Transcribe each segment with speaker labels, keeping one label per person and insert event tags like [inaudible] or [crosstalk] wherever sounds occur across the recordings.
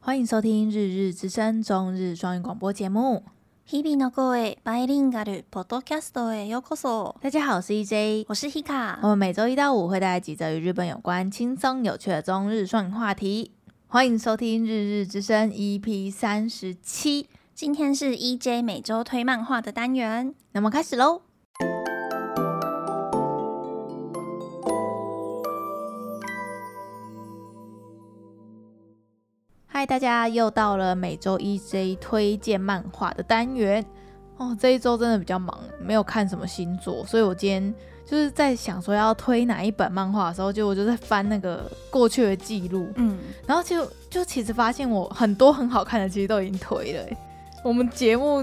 Speaker 1: 欢迎收听《日日之声》中日双语广播节目。
Speaker 2: 日々の声バイリンガルポッドキャストへようこそ。
Speaker 1: 大家好，我是 EJ，
Speaker 2: 我是 Hika，
Speaker 1: 我们每周一到五会带来几则与日本有关、轻松有趣的中日双语话题。欢迎收听《日日之声》EP 三十七。
Speaker 2: 今天是 EJ 每周推漫画的单元。
Speaker 1: 那么开始喽。嗨，大家又到了每周 EJ 推荐漫画的单元哦。这一周真的比较忙，没有看什么新作，所以我今天就是在想说要推哪一本漫画的时候，就我就在翻那个过去的记录，
Speaker 2: 嗯，
Speaker 1: 然后就就其实发现我很多很好看的其实都已经推了欸。我们节目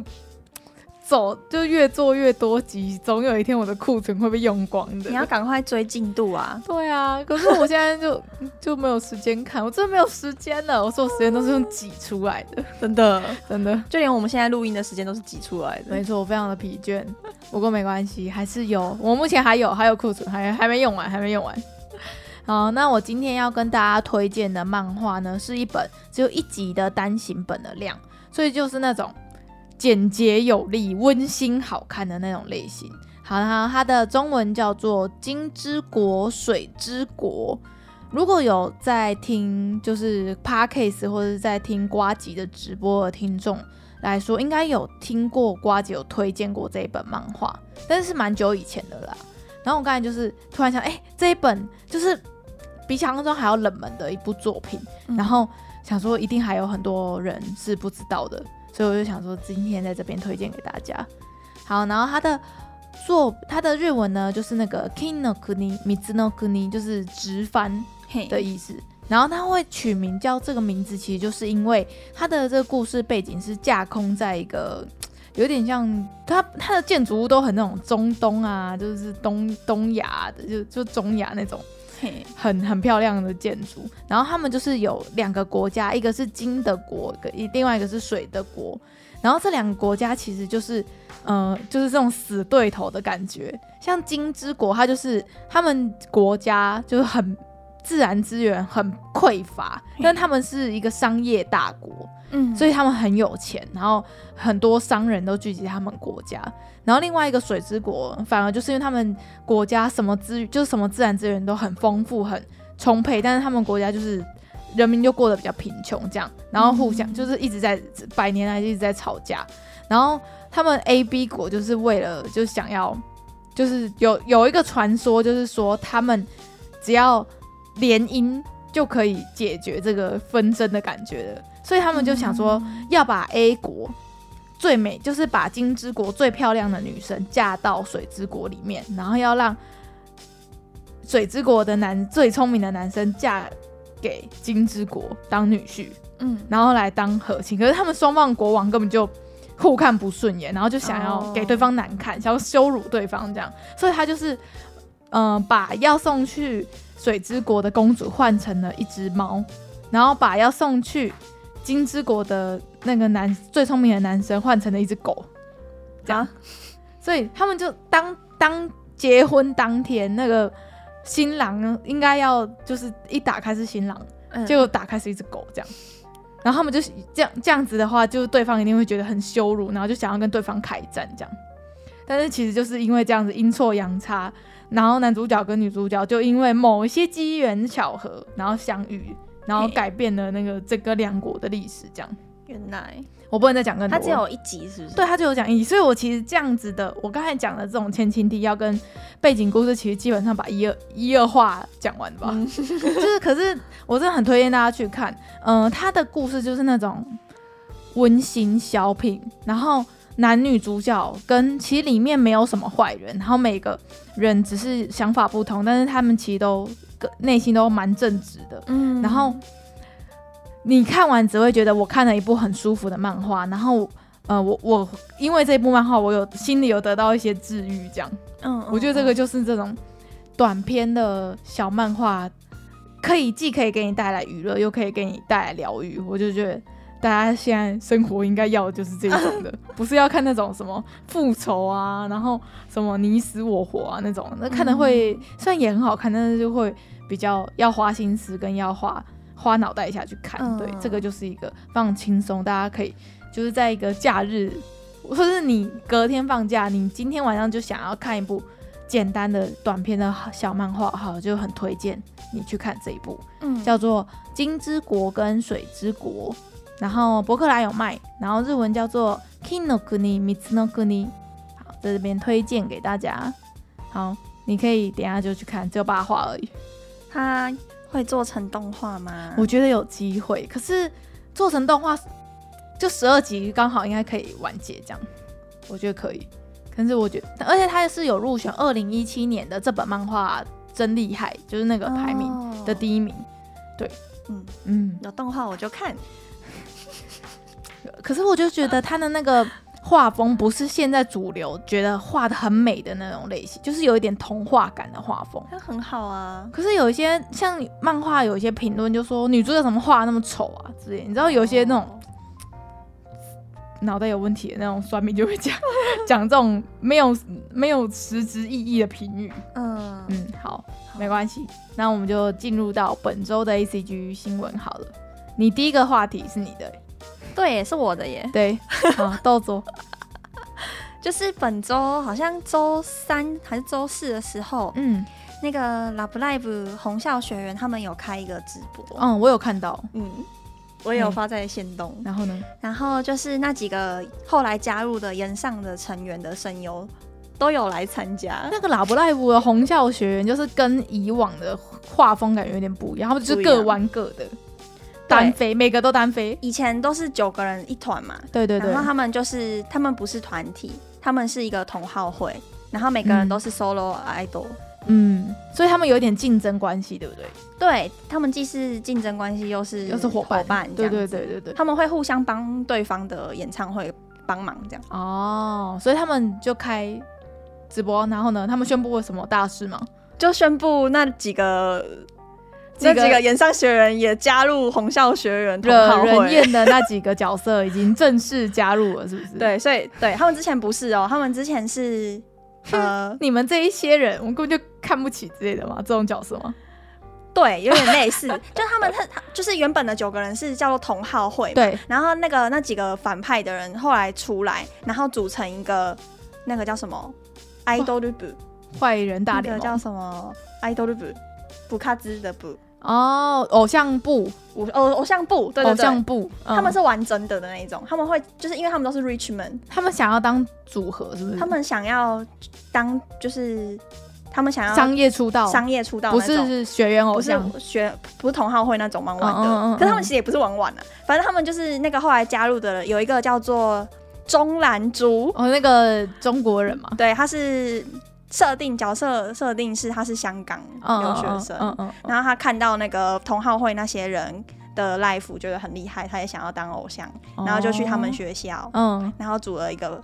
Speaker 1: 走就越做越多集，总有一天我的库存会被用光的。
Speaker 2: 你要赶快追进度啊！
Speaker 1: 对啊，可是我现在就 [laughs] 就没有时间看，我真的没有时间了。我所有时间都是用挤出来的，
Speaker 2: 真的，
Speaker 1: 真的。
Speaker 2: 就连我们现在录音的时间都是挤出来
Speaker 1: 没。错，我非常的疲倦， [laughs] 不过没关系，还是有，我目前还有，还有库存，还还没用完，还没用完。 [laughs] 好，那我今天要跟大家推荐的漫画呢，是一本只有一集的单行本的量，所以就是那种简洁有力、温馨好看的那种类型。好，然后它的中文叫做《金之国水之国》。如果有在听就是 podcast 或者是在听瓜吉的直播的听众来说，应该有听过瓜姐有推荐过这一本漫画，但是蛮久以前的啦。然后我刚才就是突然想，哎、这一本就是比想象中还要冷门的一部作品，
Speaker 2: 嗯
Speaker 1: 然后想说一定还有很多人是不知道的，所以我就想说今天在这边推荐给大家。好，然后它的作它的日文呢就是那个 King no Kuni Mizu no Kuni，就是直翻
Speaker 2: 嘿，
Speaker 1: 的意思。然后他会取名叫这个名字，其实就是因为他的这个故事背景是架空在一个有点像他他的建筑物都很那种中东啊，就是东东亚的，就就中亚那种
Speaker 2: 嘿，
Speaker 1: 很很漂亮的建筑。然后他们就是有两个国家，一个是金的国，一个一另外一个是水的国。然后这两个国家其实就是，呃，就是这种死对头的感觉。像金之国，它就是他们国家就是很自然资源很匮乏，但他们是一个商业大国，
Speaker 2: 嗯
Speaker 1: 所以他们很有钱，然后很多商人都聚集他们国家。然后另外一个水之国，反而就是因为他们国家什么资就是什么自然资源都很丰富、很充沛，但是他们国家就是人民就过得比较贫穷这样，然后互相、
Speaker 2: 嗯
Speaker 1: 就是一直在百年来一直在吵架。然后他们 A、B 国就是为了就是想要，就是有有一个传说，就是说他们只要联姻就可以解决这个纷争的感觉了，所以他
Speaker 2: 他
Speaker 1: 们就想说，要把 A 国最美，就是把金之国最漂亮的女神嫁到水之国里面，然后要让水之国的男最聪明的男生嫁给金之国当女婿，
Speaker 2: 嗯，
Speaker 1: 然后来当和亲。可是他们双方国王根本就互看不顺眼，然后就想要
Speaker 2: 哦
Speaker 1: 给对方难看，想要羞辱对方这样，所以他就是嗯、呃把要送去水之国的公主换成了一只猫，然后把要送去金之国的那个男最聪明的男生换成了一只狗，这样，
Speaker 2: 啊
Speaker 1: 所以他们就当当结婚当天那个。新郎应该要就是一打开是新郎，
Speaker 2: 嗯
Speaker 1: 结果打开是一只狗这样。然后他们就是这样这样子的话，就是对方一定会觉得很羞辱，然后就想要跟对方开战这样。但是其实就是因为这样子阴错阳差，然后男主角跟女主角就因为某一些机缘巧合，然后相遇，然后
Speaker 2: 嘿
Speaker 1: 改变了那个整个两国的历史。这样，
Speaker 2: 原来
Speaker 1: 我不能再讲更多
Speaker 2: 它
Speaker 1: 了。
Speaker 2: 只有一集，是不是？
Speaker 1: 对，啊他就有讲义，所以我其实这样子的，我刚才讲的这种前情提要跟背景故事，其实基本上把一二一二话讲完吧。
Speaker 2: 嗯
Speaker 1: 就是，可是我真的很推荐大家去看。嗯、他的故事就是那种温馨小品，然后男女主角跟其实里面没有什么坏人，然后每个人只是想法不同，但是他们其实都个内心都蛮正直的。
Speaker 2: 嗯
Speaker 1: 然后你看完只会觉得我看了一部很舒服的漫画，然后呃，我我因为这部漫画，我有心里有得到一些治愈，这样、
Speaker 2: 嗯，嗯
Speaker 1: 我觉得这个就是这种短篇的小漫画，可以既可以给你带来娱乐，又可以给你带来疗愈，我就觉得。大家现在生活应该要的就是这种
Speaker 2: [laughs]
Speaker 1: 的，不是要看那种什么复仇啊，然后什么你死我活啊那种，那看的会、虽然也很好看，但是就会比较要花心思跟要花花脑袋一下去看。
Speaker 2: 嗯
Speaker 1: 对，这个就是一个非常轻松，大家可以就是在一个假日，或是你隔天放假，你今天晚上就想要看一部简单的短片的小漫画，好，就很推荐你去看这一部。
Speaker 2: 嗯
Speaker 1: 叫做《金之国》跟《水之国》，然后博客来有卖，然后日文叫做《King no Kuni Mitsu no Kuni》，好，在这边推荐给大家。好，你可以等一下就去看，只有八话而已。
Speaker 2: 它会做成动画吗？
Speaker 1: 我觉得有机会，可是做成动画就十二集刚好应该可以完结，这样我觉得可以。可是我觉得，而且它是有入选二零一七年的这本漫画真厉害，就是那个排名
Speaker 2: 哦
Speaker 1: 的第一名。对，
Speaker 2: 嗯
Speaker 1: 嗯，
Speaker 2: 有动画我就看。
Speaker 1: 可是我就觉得他的那个画风不是现在主流觉得画的很美的那种类型，就是有一点童话感的画风。
Speaker 2: 它很好啊，
Speaker 1: 可是有一些像漫画，有一些评论就说女主角怎么画那么丑啊之类的，你知道有一些那种脑袋有问题的那种酸民就会讲 [laughs] 讲这种没有没有实质意义的评语。
Speaker 2: 嗯
Speaker 1: 嗯，好，没关系，那我们就进入到本周的 A C G 新闻好了。你第一个话题是你的，
Speaker 2: 对，是我的耶。
Speaker 1: 对，好，豆总。
Speaker 2: 就是本周好像周三还是周四的时
Speaker 1: [laughs]
Speaker 2: 候，
Speaker 1: 嗯，
Speaker 2: 那个 Love Live 红校学员他们有开一个直播，
Speaker 1: 嗯，我有看到。
Speaker 2: 嗯，我也有
Speaker 1: 嗯
Speaker 2: 发在线动。
Speaker 1: 然后呢？
Speaker 2: 然后就是那几个后来加入的岩上的成员的声优都有来参加，
Speaker 1: 那个拉布赖布的红校学员就是跟以往的画风感觉有点不一样，他们就是各玩各的，单飞，每个都单飞。
Speaker 2: 以前都是九个人一团嘛，
Speaker 1: 对对对
Speaker 2: 然，后他们就是他们不是团体，他们是一个同好会，然后每个人
Speaker 1: 嗯
Speaker 2: 都是 solo idol，、
Speaker 1: 嗯，所以他们有点竞争关系，对不对？
Speaker 2: 对他们既是竞争关系，又是
Speaker 1: 又是伙
Speaker 2: 嗯伴，
Speaker 1: 伴，
Speaker 2: 这
Speaker 1: 对
Speaker 2: 样
Speaker 1: 对
Speaker 2: 子，
Speaker 1: 对对对。
Speaker 2: 他们会互相帮对方的演唱会帮忙这样。
Speaker 1: 哦，所以他们就开直播，然后呢，他们宣布了什么大事吗？
Speaker 2: 就宣布那几个
Speaker 1: 几个
Speaker 2: 那几个岩上学员也加入红校学员同好
Speaker 1: 惹人
Speaker 2: 会。
Speaker 1: 厌的那几个角色已经正式加入了，是不是？，
Speaker 2: 对，所以对他们之前不是哦，他们之前
Speaker 1: [laughs]
Speaker 2: 是呃，
Speaker 1: 你们这一些人，我根本就看不起之类的嘛，这种角色吗？
Speaker 2: 对，有点类似，就是他们他他就是原本的九个人是叫做同好会，，
Speaker 1: 对，
Speaker 2: 然后那个那几个反派的人后来出来，然后组成一个那个叫什么 idol group，
Speaker 1: 坏人大
Speaker 2: 那
Speaker 1: 联
Speaker 2: 个
Speaker 1: 盟
Speaker 2: 叫什么 idol group，布卡兹的布，
Speaker 1: 哦，偶像部，
Speaker 2: 偶偶哦偶像部，对对
Speaker 1: 偶像
Speaker 2: 对。
Speaker 1: 部，嗯
Speaker 2: 他们是玩真的的那一种，他们会就是因为他们都是 Richmond，
Speaker 1: 他们想要当组合，是不是？
Speaker 2: 他们想要当就是他们想要
Speaker 1: 商业出道，
Speaker 2: 商业出道
Speaker 1: 不
Speaker 2: 那
Speaker 1: 是
Speaker 2: 种。
Speaker 1: 是学员偶
Speaker 2: 不是
Speaker 1: 像，
Speaker 2: 学不是同好会那种玩玩的，
Speaker 1: 嗯嗯嗯嗯
Speaker 2: 可是他们其实也不是玩玩啊，反正他们就是那个后来加入的有一个叫做钟兰珠，
Speaker 1: 哦，那个中国人嘛，
Speaker 2: 对，他是设定角色设定是他是香港
Speaker 1: 嗯
Speaker 2: 留学生，
Speaker 1: 嗯嗯嗯
Speaker 2: 然后他看到那个同好会那些人的 life 觉得很厉害，他也想要当偶像，
Speaker 1: 嗯，
Speaker 2: 然后就去他们学校，
Speaker 1: 哦，嗯，
Speaker 2: 然后组了一个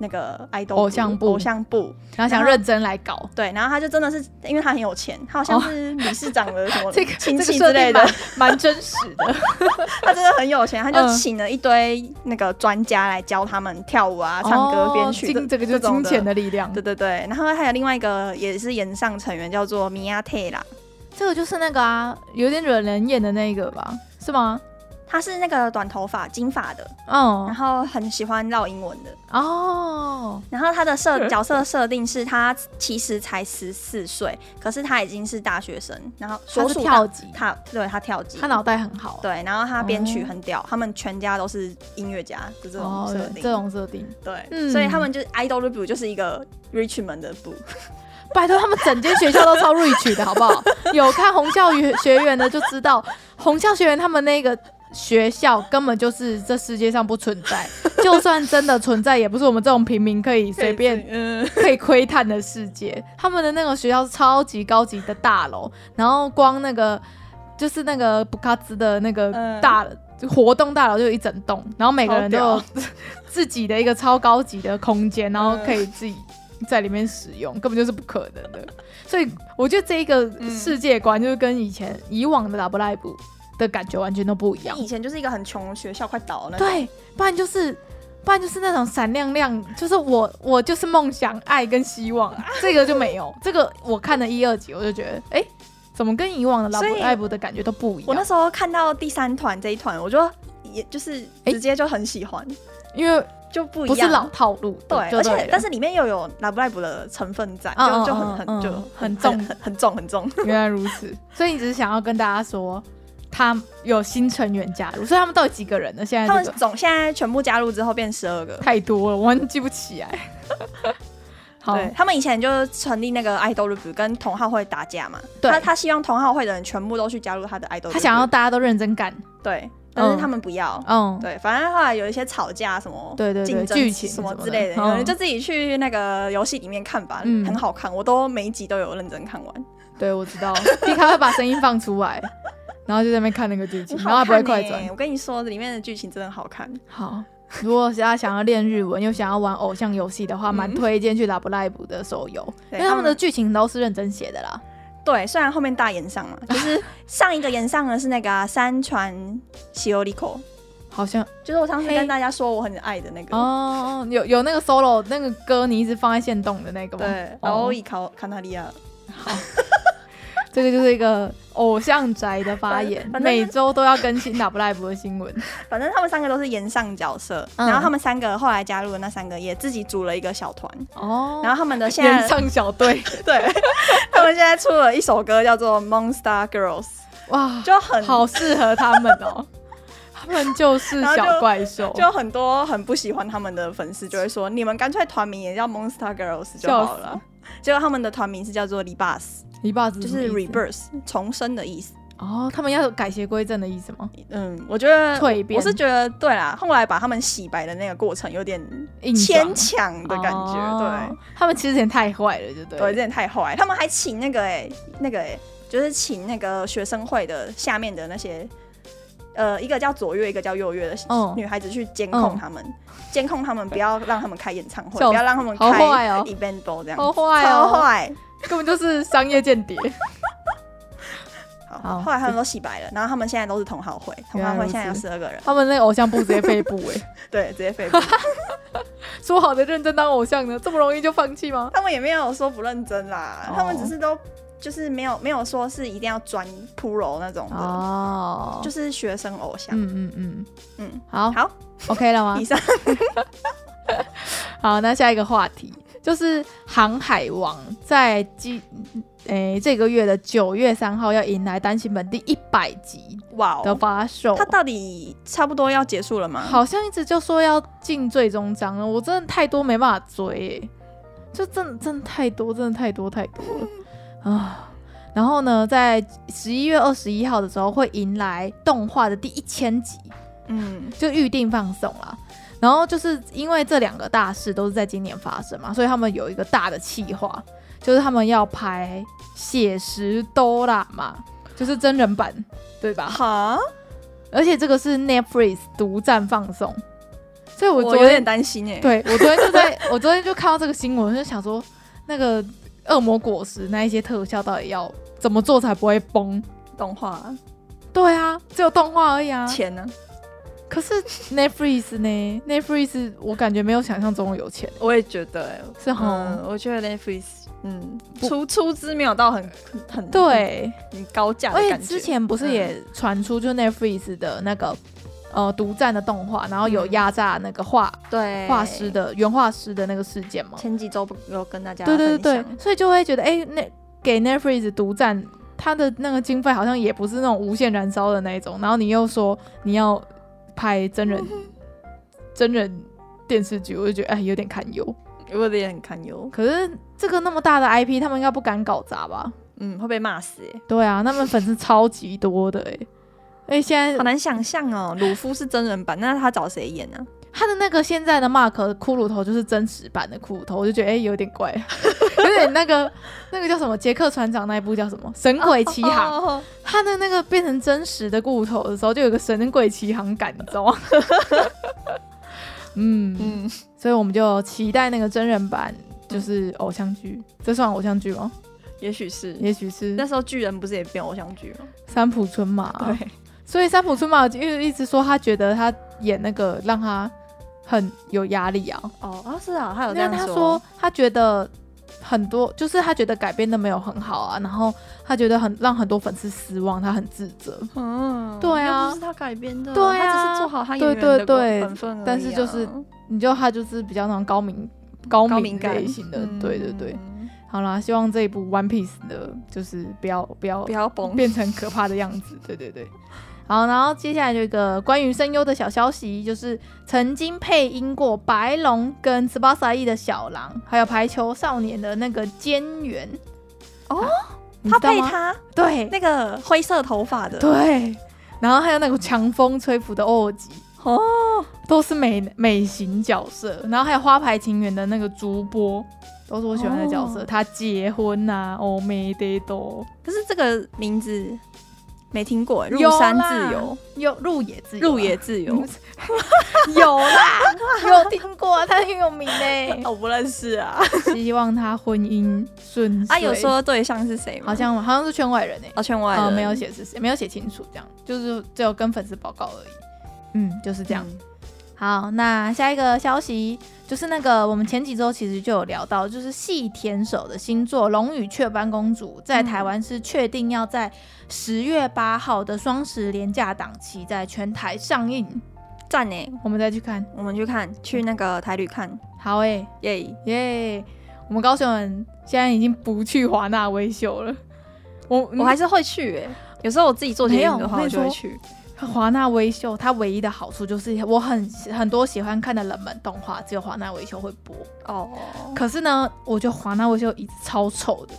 Speaker 2: 那个 idol
Speaker 1: 偶像部
Speaker 2: 偶像部，
Speaker 1: 然后想认真来搞。
Speaker 2: 对，然后他就真的是，因为他很有钱，他好像是理事长的什么
Speaker 1: 哦 [laughs] 这个
Speaker 2: 亲
Speaker 1: 这
Speaker 2: 戚
Speaker 1: 个
Speaker 2: 之类的，
Speaker 1: 设定蛮蛮真实 [laughs] 的，
Speaker 2: 他真的很有钱，他就
Speaker 1: 嗯
Speaker 2: 请了一堆那个专家来教他们跳舞啊、唱歌、编曲
Speaker 1: 哦
Speaker 2: 的
Speaker 1: 金这个就是
Speaker 2: 种
Speaker 1: 金
Speaker 2: 的
Speaker 1: 钱的力量
Speaker 2: 对，对对，然后还有另外一个也是岩上成员叫做米亚泰啦，
Speaker 1: 这个就是那个啊，有点惹人厌的那个吧，是吗？
Speaker 2: 他是那个短头发、金发的，然
Speaker 1: 嗯，
Speaker 2: 后很喜欢绕英文的。
Speaker 1: 啊哦，
Speaker 2: 然后他的设
Speaker 1: [laughs]
Speaker 2: 角色设定是他其实才十四岁，可是他已经是大学生，然后
Speaker 1: 他
Speaker 2: 说
Speaker 1: 是
Speaker 2: 数
Speaker 1: 跳级，
Speaker 2: 他对他跳级，
Speaker 1: 他脑袋很好，
Speaker 2: 对，然后他编曲很屌，他们全家都是音乐家的这种
Speaker 1: 哦
Speaker 2: 设，
Speaker 1: 对
Speaker 2: 定，
Speaker 1: 这种设定，
Speaker 2: 对，
Speaker 1: 嗯
Speaker 2: 所以他们就是 idol 的 b 就是一个 Richmond 的 b
Speaker 1: 拜托，他们整间学校都超 rich 的好不好？有看红校学学员的就知道，红校学员他们那个学校根本就是这世界上不存在，就算真的存在，也不是我们这种平民可以随
Speaker 2: [laughs]
Speaker 1: 便
Speaker 2: 嗯，
Speaker 1: [laughs] 可以窥探的世界。他们的那个学校是超级高级的大楼，然后光那个就是那个布卡兹的那个
Speaker 2: 嗯
Speaker 1: 大、活动大楼就有一整栋，然后每个人都有 [laughs]
Speaker 2: 好
Speaker 1: 自己的一个超高级的空间，然后
Speaker 2: 嗯
Speaker 1: 可以自己。在里面使用根本就是不可能的，所以我觉得这一个
Speaker 2: 嗯
Speaker 1: 世界观就是跟以前以往的 Love Live 的感觉完全都不一样。
Speaker 2: 以前就是一个很穷的学校，快倒了那种，
Speaker 1: 对，不然就是，不然就是那种闪亮亮，就是我我就是
Speaker 2: [laughs]
Speaker 1: 梦想、爱跟希望，这个就没有。这个我看了一二集，我就觉得，哎、怎么跟以往的老
Speaker 2: 所以
Speaker 1: 赖布的感觉都不一
Speaker 2: 我那
Speaker 1: 样？
Speaker 2: 时候看到第三团这一团，我就也就是
Speaker 1: 诶
Speaker 2: 直接就很喜欢，
Speaker 1: 因为
Speaker 2: 就不一
Speaker 1: 不
Speaker 2: 样。
Speaker 1: 是老套路的，
Speaker 2: 对，
Speaker 1: 就对
Speaker 2: 而且
Speaker 1: 了
Speaker 2: 但是里面又有 l 布 v 布的成分在，
Speaker 1: 嗯
Speaker 2: 就就很
Speaker 1: 嗯嗯
Speaker 2: 很就
Speaker 1: 嗯很
Speaker 2: 很
Speaker 1: 重
Speaker 2: 很很重很重。
Speaker 1: 原来如此，所以你只是想要跟大家说，他有新成员加入，所以他们到底几个人呢？现在、
Speaker 2: 他
Speaker 1: 这
Speaker 2: 们
Speaker 1: 个、
Speaker 2: 总现在全部加入之后变十二个。
Speaker 1: 太多了，我完全记不起
Speaker 2: [laughs]
Speaker 1: 来。好，
Speaker 2: 对他们以前就是成立那个爱豆 group 跟同好会打架嘛，
Speaker 1: 对
Speaker 2: 他他希望同好会的人全部都去加入他的爱豆，
Speaker 1: 他想要大家都认真干，
Speaker 2: 对，但是
Speaker 1: 嗯
Speaker 2: 他们不要，
Speaker 1: 嗯，
Speaker 2: 对，反正后来有一些吵架什么，
Speaker 1: 对对对
Speaker 2: 竞争
Speaker 1: 剧情
Speaker 2: 什
Speaker 1: 什
Speaker 2: 么
Speaker 1: 么
Speaker 2: 之
Speaker 1: 的
Speaker 2: 类的，
Speaker 1: 嗯
Speaker 2: 你就自己去那个游戏里面看吧，
Speaker 1: 嗯
Speaker 2: 很好看，我都每一集都有认真看完，
Speaker 1: 对我知道，迪卡会把声音放出来， [laughs] 然后就在那边看那个剧情，
Speaker 2: 很
Speaker 1: 然后还
Speaker 2: 好
Speaker 1: 不会
Speaker 2: 看
Speaker 1: 快
Speaker 2: 欸
Speaker 1: 转。
Speaker 2: 我跟你说，里面的剧情真的好看，
Speaker 1: 好，如果大家想要练日文又想要玩偶像游戏的话，蛮
Speaker 2: 嗯
Speaker 1: 推荐去 l a b l i v e 的手游，因
Speaker 2: 对
Speaker 1: 为他们的剧情都是认真写的啦。
Speaker 2: 对，虽然后面大岩上嘛，就是
Speaker 1: [laughs]
Speaker 2: 上一个岩上呢是那个啊、山川喜欧利口，
Speaker 1: 好像
Speaker 2: 就是我上次
Speaker 1: 嘿
Speaker 2: 跟大家说我很爱的那个，
Speaker 1: 哦，有有那个 solo 那个歌，你一直放在线动的那个吗？
Speaker 2: 对，然
Speaker 1: 哦
Speaker 2: 后以考卡纳利亚，
Speaker 1: 这个就是一个偶像宅的发言，
Speaker 2: 反正
Speaker 1: 每周都要更新 W Live 的新
Speaker 2: [laughs]
Speaker 1: 闻。
Speaker 2: 反正他们三个都是岩上角色，
Speaker 1: 嗯
Speaker 2: 然后他们三个后来加入的那三个也自己组了一个小团，
Speaker 1: 哦
Speaker 2: 然后他们的现在
Speaker 1: 演唱小
Speaker 2: [laughs]
Speaker 1: 队，
Speaker 2: 对，他们现在出了一首歌叫做《Monster Girls
Speaker 1: 哇》，，
Speaker 2: 就很
Speaker 1: 好适合他们哦。他们就是
Speaker 2: 然后就
Speaker 1: 小怪兽，
Speaker 2: 就很多很不喜欢他们的粉丝就会说，你们干脆团名也叫 Monster Girls 就好了。结果他们的团名是叫做 Rebirth，
Speaker 1: 篱笆子
Speaker 2: 就
Speaker 1: 什么意
Speaker 2: 是
Speaker 1: 思
Speaker 2: Rebirth 重生的意思。
Speaker 1: 哦，他们要改邪归正的意思吗？
Speaker 2: 嗯，我觉得
Speaker 1: 蜕变
Speaker 2: 我是觉得对啦。后来把他们洗白的那个过程有点
Speaker 1: 硬
Speaker 2: 牵
Speaker 1: 转
Speaker 2: 强的感觉，
Speaker 1: 哦他们其实有点太坏了，就对了。
Speaker 2: 对对，有点太坏。他们还请那个哎、那个哎、就是请那个学生会的下面的那些。呃，一个叫左月，一个叫右月的
Speaker 1: 嗯
Speaker 2: 女孩子去监
Speaker 1: 嗯
Speaker 2: 控他们，监、控他们，不要让他们开演唱会，
Speaker 1: 笑
Speaker 2: 不要让他们
Speaker 1: 好
Speaker 2: 开
Speaker 1: 坏哦
Speaker 2: event ball 这样，
Speaker 1: 好坏
Speaker 2: 超
Speaker 1: 哦，
Speaker 2: 坏。
Speaker 1: 根本就是商业间谍。 [laughs] 好
Speaker 2: 好，后来他们都洗白了，然后他们现在都是同好会，同好会现
Speaker 1: 原
Speaker 2: 在有
Speaker 1: 来如此
Speaker 2: 十二个人，
Speaker 1: 他们那个偶像部直接废部哎、
Speaker 2: 对，直接废部。
Speaker 1: [laughs] 说好的认真当偶像呢，这么容易就放弃吗？
Speaker 2: 他们也没有说不认真啦，
Speaker 1: 哦
Speaker 2: 他们只是都就是没有没有说是一定要专 pro 那种的，
Speaker 1: 哦，
Speaker 2: 就是是学生偶像。
Speaker 1: 嗯嗯嗯，
Speaker 2: 嗯，
Speaker 1: 好
Speaker 2: 好，
Speaker 1: ，OK 了吗
Speaker 2: [laughs] 以？上
Speaker 1: [laughs] 好，那下一个话题就是《航海王》在今嗯诶、这个月的九月三号要迎来单行本第一百集
Speaker 2: 哇
Speaker 1: 的
Speaker 2: 哦，
Speaker 1: 发售。
Speaker 2: 他到底差不多要结束了吗？
Speaker 1: 好像一直就说要进最终章了，我真的太多没办法追、欸，就真的真的太多，真的太多太多了啊！然后呢，在十一月二十一号的时候会迎来动画的第一千集，
Speaker 2: 嗯，
Speaker 1: 就预定放送啦。然后就是因为这两个大事都是在今年发生嘛，所以他们有一个大的企划，就是他们要拍写实哆啦嘛，就是真人版，对吧？
Speaker 2: 好，
Speaker 1: 而且这个是 Netflix 独占放送，所以我
Speaker 2: 我
Speaker 1: 昨
Speaker 2: 有点
Speaker 1: 天
Speaker 2: 担心哎。，
Speaker 1: 对我昨天就在我昨天就看到这个新闻，我就想说那个恶魔果实那一些特效到底要怎么做才不会崩？
Speaker 2: 动画
Speaker 1: 对啊，只有动画而已啊。
Speaker 2: 钱呢？
Speaker 1: 可是 Netflix 呢？Netflix 我感觉没有想象中有钱，
Speaker 2: 我也觉得哎，
Speaker 1: 是吼
Speaker 2: 嗯我觉得 Netflix 嗯
Speaker 1: 欸哦不
Speaker 2: 出出资没有到很很
Speaker 1: 对，
Speaker 2: 很高价
Speaker 1: 而
Speaker 2: 的
Speaker 1: 且
Speaker 2: 嗯感觉。嗯
Speaker 1: 之前不是也传出就 Netflix 的那个呃独占的动画，然后有
Speaker 2: 嗯哎
Speaker 1: 压榨那个画
Speaker 2: 对
Speaker 1: 画师的原画师的那个事件吗？
Speaker 2: 前几周不有跟大家
Speaker 1: 对对对
Speaker 2: 分享，
Speaker 1: 所以就会觉得，哎、那给 Netflix 独占，它的那个经费好像也不是那种无限燃烧的那一种，然后你又说你要拍真
Speaker 2: [laughs]
Speaker 1: 人、真人电视剧，我就觉得哎、有点堪忧。
Speaker 2: 我的也很堪忧，
Speaker 1: 可是这个那么大的 IP，他们应该不敢搞砸吧？
Speaker 2: 嗯，会被骂死哎。
Speaker 1: 对啊，他们粉丝超级多的哎、哎，现
Speaker 2: 好
Speaker 1: 在
Speaker 2: 难想象哦，鲁夫是真人版，那他找谁演呢、
Speaker 1: 他的那个现在的 Mark 骷髅头就是真实版的骷髅头，我就觉得哎、有点
Speaker 2: [laughs]
Speaker 1: 怪，有点那个那个叫什么杰克船长那一部叫什么《神鬼奇航》
Speaker 2: 哦
Speaker 1: 他的那个变成真实的骨头的时候，就有个神鬼奇航感，你知道吗？
Speaker 2: [laughs]
Speaker 1: 嗯，
Speaker 2: 嗯，
Speaker 1: 所以我们就期待那个真人版，就是偶像剧，这算偶像剧吗？
Speaker 2: 也许是。
Speaker 1: 也许是
Speaker 2: 那时候巨人不是也变偶像剧吗？
Speaker 1: 三浦春马。啊
Speaker 2: 对，
Speaker 1: 所以三浦春马因为一直说他觉得他演那个让他很有压力啊，
Speaker 2: 哦啊是啊，他有
Speaker 1: 因
Speaker 2: 这
Speaker 1: 为
Speaker 2: 样
Speaker 1: 他说他觉得很多，就是他觉得改编的没有很好啊，然后他觉得很让很多粉丝失望，他很自责。
Speaker 2: 嗯，
Speaker 1: 对啊
Speaker 2: 又不是他改编的，
Speaker 1: 对啊
Speaker 2: 他只是做好他演员
Speaker 1: 对对
Speaker 2: 的
Speaker 1: 对
Speaker 2: 本分而已啊
Speaker 1: 但是就是你就他就是比较那种高明高
Speaker 2: 高
Speaker 1: 明
Speaker 2: 敏感
Speaker 1: 类型的，
Speaker 2: 嗯
Speaker 1: 对对对。好啦，希望这一部 One Piece 的，就是不要不要
Speaker 2: 不要崩，
Speaker 1: 变成可怕的样子。 [laughs] 对对对。好，然后接下来就一个关于声优的小消息，就是曾经配音过白龙跟 s p a s a i 的小狼，还有排球少年的那个菅原。
Speaker 2: 哦
Speaker 1: 啊，你
Speaker 2: 他
Speaker 1: 知道
Speaker 2: 配
Speaker 1: 吗
Speaker 2: 他
Speaker 1: 对
Speaker 2: 那个灰色头发的，
Speaker 1: 对，然后还有那个强风吹拂的奥吉，
Speaker 2: 哦，
Speaker 1: 都是美美型角色，然后还有《花牌情缘》的那个竹波，都是我喜欢的角色。
Speaker 2: 哦
Speaker 1: 他结婚呐、啊，哦，没得多，
Speaker 2: 可是这个名字没听过欸，入
Speaker 1: 有
Speaker 2: 山
Speaker 1: 啦
Speaker 2: 自由，
Speaker 1: 有入野自由、啊
Speaker 2: 入野自由，
Speaker 1: [laughs] 有啦，有听过、啊，他很有名欸嘞。
Speaker 2: 我不认识
Speaker 1: [laughs]
Speaker 2: 啊。
Speaker 1: 希望他婚姻顺遂。
Speaker 2: 啊，有说对象是谁吗？
Speaker 1: 好像好像是圈外人哎、
Speaker 2: 哦，圈外
Speaker 1: 哦、
Speaker 2: 人
Speaker 1: 没有写是谁，没有写清楚，这样就是只有跟粉丝报告而已。嗯，就是这样。
Speaker 2: 嗯
Speaker 1: 好，那下一个消息就是那个我们前几周其实就有聊到，就是细田守的新作《龙与雀斑公主》在
Speaker 2: 嗯
Speaker 1: 台湾是确定要在十月八号的双十连假档期在全台上映，
Speaker 2: 赞呢，
Speaker 1: 我们再去看。
Speaker 2: 我们去看，去那个台旅看，
Speaker 1: 好诶、
Speaker 2: 耶、
Speaker 1: 耶、我们高雄人现在已经不去华纳维秀了，我
Speaker 2: 我还是会去诶、嗯有时候我自己做节目的话，
Speaker 1: 没有我跟
Speaker 2: 我
Speaker 1: 你
Speaker 2: 就
Speaker 1: 说
Speaker 2: 会去。
Speaker 1: 嗯华纳微秀，它唯一的好处就是我很很多喜欢看的冷门动画，只有华纳微秀会播。
Speaker 2: 哦，
Speaker 1: 可是呢，我觉得华纳微秀椅子超臭的，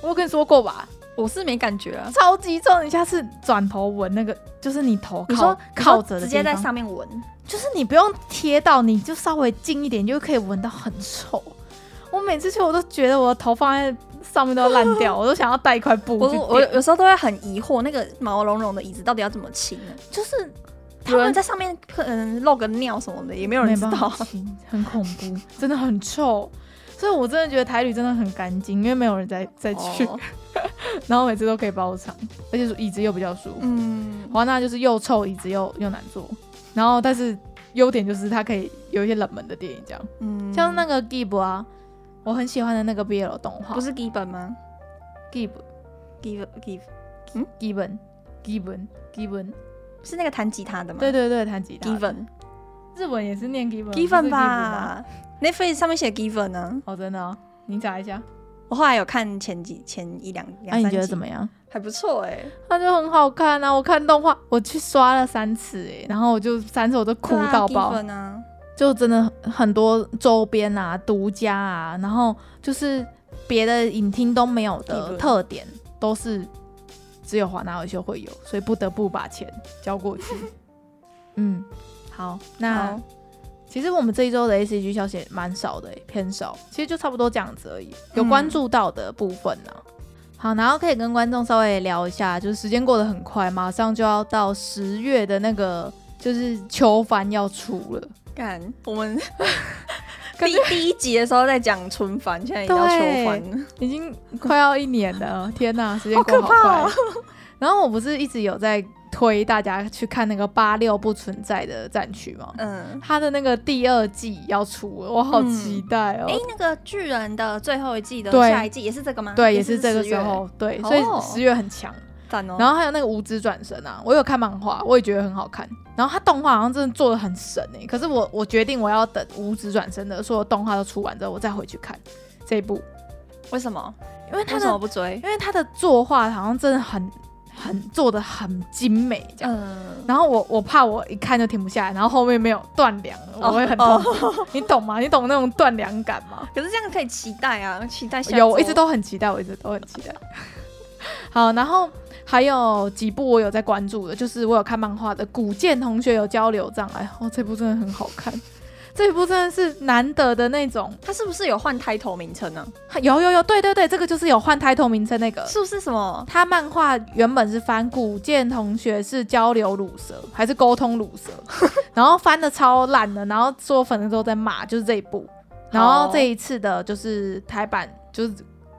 Speaker 1: 我有跟你说过吧，
Speaker 2: 我是没感觉啊。
Speaker 1: 超级臭。你下次转头闻那个，就是你头
Speaker 2: 你
Speaker 1: 靠
Speaker 2: 说
Speaker 1: 靠
Speaker 2: 你
Speaker 1: 着的
Speaker 2: 说直接
Speaker 1: 地
Speaker 2: 在
Speaker 1: 方，
Speaker 2: 上面闻，
Speaker 1: 就是你不用贴到，你就稍微近一点就可以闻到很臭。我每次去我都觉得我的头放在上面都要烂掉，我都想要带一块布
Speaker 2: 我
Speaker 1: 去
Speaker 2: 我
Speaker 1: 垫
Speaker 2: 有时候都会很疑惑，那个毛茸茸的椅子到底要怎么清呢？
Speaker 1: 就是他
Speaker 2: 有
Speaker 1: 们
Speaker 2: 人在上面可能漏个尿什么的，也没有人
Speaker 1: 没
Speaker 2: 知
Speaker 1: 办
Speaker 2: 道
Speaker 1: 法。清，很恐怖，真的很臭。所以我真的觉得台旅真的很干净，因为没有人再再去，
Speaker 2: 哦
Speaker 1: 然后每次都可以包场，而且椅子又比较舒服。
Speaker 2: 嗯，
Speaker 1: 华纳就是又臭，椅子又又难坐，然后但是优点就是它可以有一些冷门的电影，这样、
Speaker 2: 嗯
Speaker 1: 像那个 Gib 啊，我很喜欢的那个 BL 动画，
Speaker 2: 不是 Gibbon 吗
Speaker 1: Gib
Speaker 2: ？Give Give
Speaker 1: Gibbon Gibbon Gibbon，
Speaker 2: 是那个弹吉他的吗？
Speaker 1: 对对对，弹吉他的
Speaker 2: Given
Speaker 1: 日文也是念 Gibbon 不是
Speaker 2: Given
Speaker 1: Gib 吗？
Speaker 2: 吧，Netflix 上面写 Given 啊呢。
Speaker 1: 哦，真的、哦，你查一下，
Speaker 2: 我后来有看前几前一两
Speaker 1: 那、
Speaker 2: 两
Speaker 1: 你
Speaker 2: 三
Speaker 1: 觉得
Speaker 2: 集
Speaker 1: 怎，么样？
Speaker 2: 还不错哎。
Speaker 1: 它就很好看啊！我看动画，我去刷了三次哎、然后我就三次我都 [laughs] 哭到爆，
Speaker 2: 对啊，Given 啊，
Speaker 1: 就真的很多周边啊、独家啊，然后就是别的影厅都没有的
Speaker 2: Given
Speaker 1: 特点，都是只有华纳维秀会有，所以不得不把钱交过
Speaker 2: [laughs]
Speaker 1: 去。嗯，好，那
Speaker 2: 好
Speaker 1: 其实我们这一周的 A C G 消息也蛮少的、欸，偏少，其实就差不多这样子而已。有
Speaker 2: 嗯
Speaker 1: 关注到的部分呢、好，然后可以跟观众稍微聊一下，就是时间过得很快，马上就要到十月的那个就是秋番要出了，
Speaker 2: 干我们
Speaker 1: 感
Speaker 2: 第第一集的时候在讲春帆，现在已经到秋帆了。
Speaker 1: 已经快要一年
Speaker 2: [laughs]
Speaker 1: 了，天哪，时间
Speaker 2: 好
Speaker 1: 过
Speaker 2: 可
Speaker 1: 好
Speaker 2: 怕
Speaker 1: 快。
Speaker 2: 哦
Speaker 1: [laughs] 然后我不是一直有在推大家去看那个八六不存在的战区吗？
Speaker 2: 嗯，
Speaker 1: 他的那个第二季要出了，我好
Speaker 2: 嗯
Speaker 1: 期待哦！
Speaker 2: 哎，那个巨人的最后一季的
Speaker 1: 对
Speaker 2: 下一季也是这个吗？
Speaker 1: 对，也是这个
Speaker 2: 10
Speaker 1: 时
Speaker 2: 月，
Speaker 1: 候，对，
Speaker 2: 哦
Speaker 1: 所以十月很强。
Speaker 2: 赞哦。
Speaker 1: 然后还有那个《无知转身》啊，我有看漫画，我也觉得很好看。然后它动画好像真的做的很神哎、可是我我决定我要等《无知转身》的所有动画都出完之后，我再回去看这一部，
Speaker 2: 为什么？
Speaker 1: 因为它
Speaker 2: 为什么
Speaker 1: 的
Speaker 2: 不追？
Speaker 1: 因为它的作画好像真的很很做的很精美 [laughs] 这样。
Speaker 2: 嗯，
Speaker 1: 然后我我怕我一看就停不下来，然后后面没有断粮了，我会很痛苦。 [laughs] 你懂吗？你懂那种断粮感吗？
Speaker 2: 可是这样可以期待啊，期待下
Speaker 1: 有，
Speaker 2: 周
Speaker 1: 我一直都很期待，我一直都很期待。 [laughs] 好，然后还有几部我有在关注的，就是我有看漫画的《古剑同学有交流障碍》，哦，这部真的很好看，这部真的是难得的那种。
Speaker 2: 他是不是有换 title 名称呢、
Speaker 1: 有有有，对对对，这个就是有换 title 名称那个。
Speaker 2: 是不是什么？
Speaker 1: 他漫画原本是翻《古剑同学》是交流乳蛇还是沟通乳蛇，然后翻的超烂的，然后所有粉丝都在骂，就是这一部。然后这一次的就是台版就是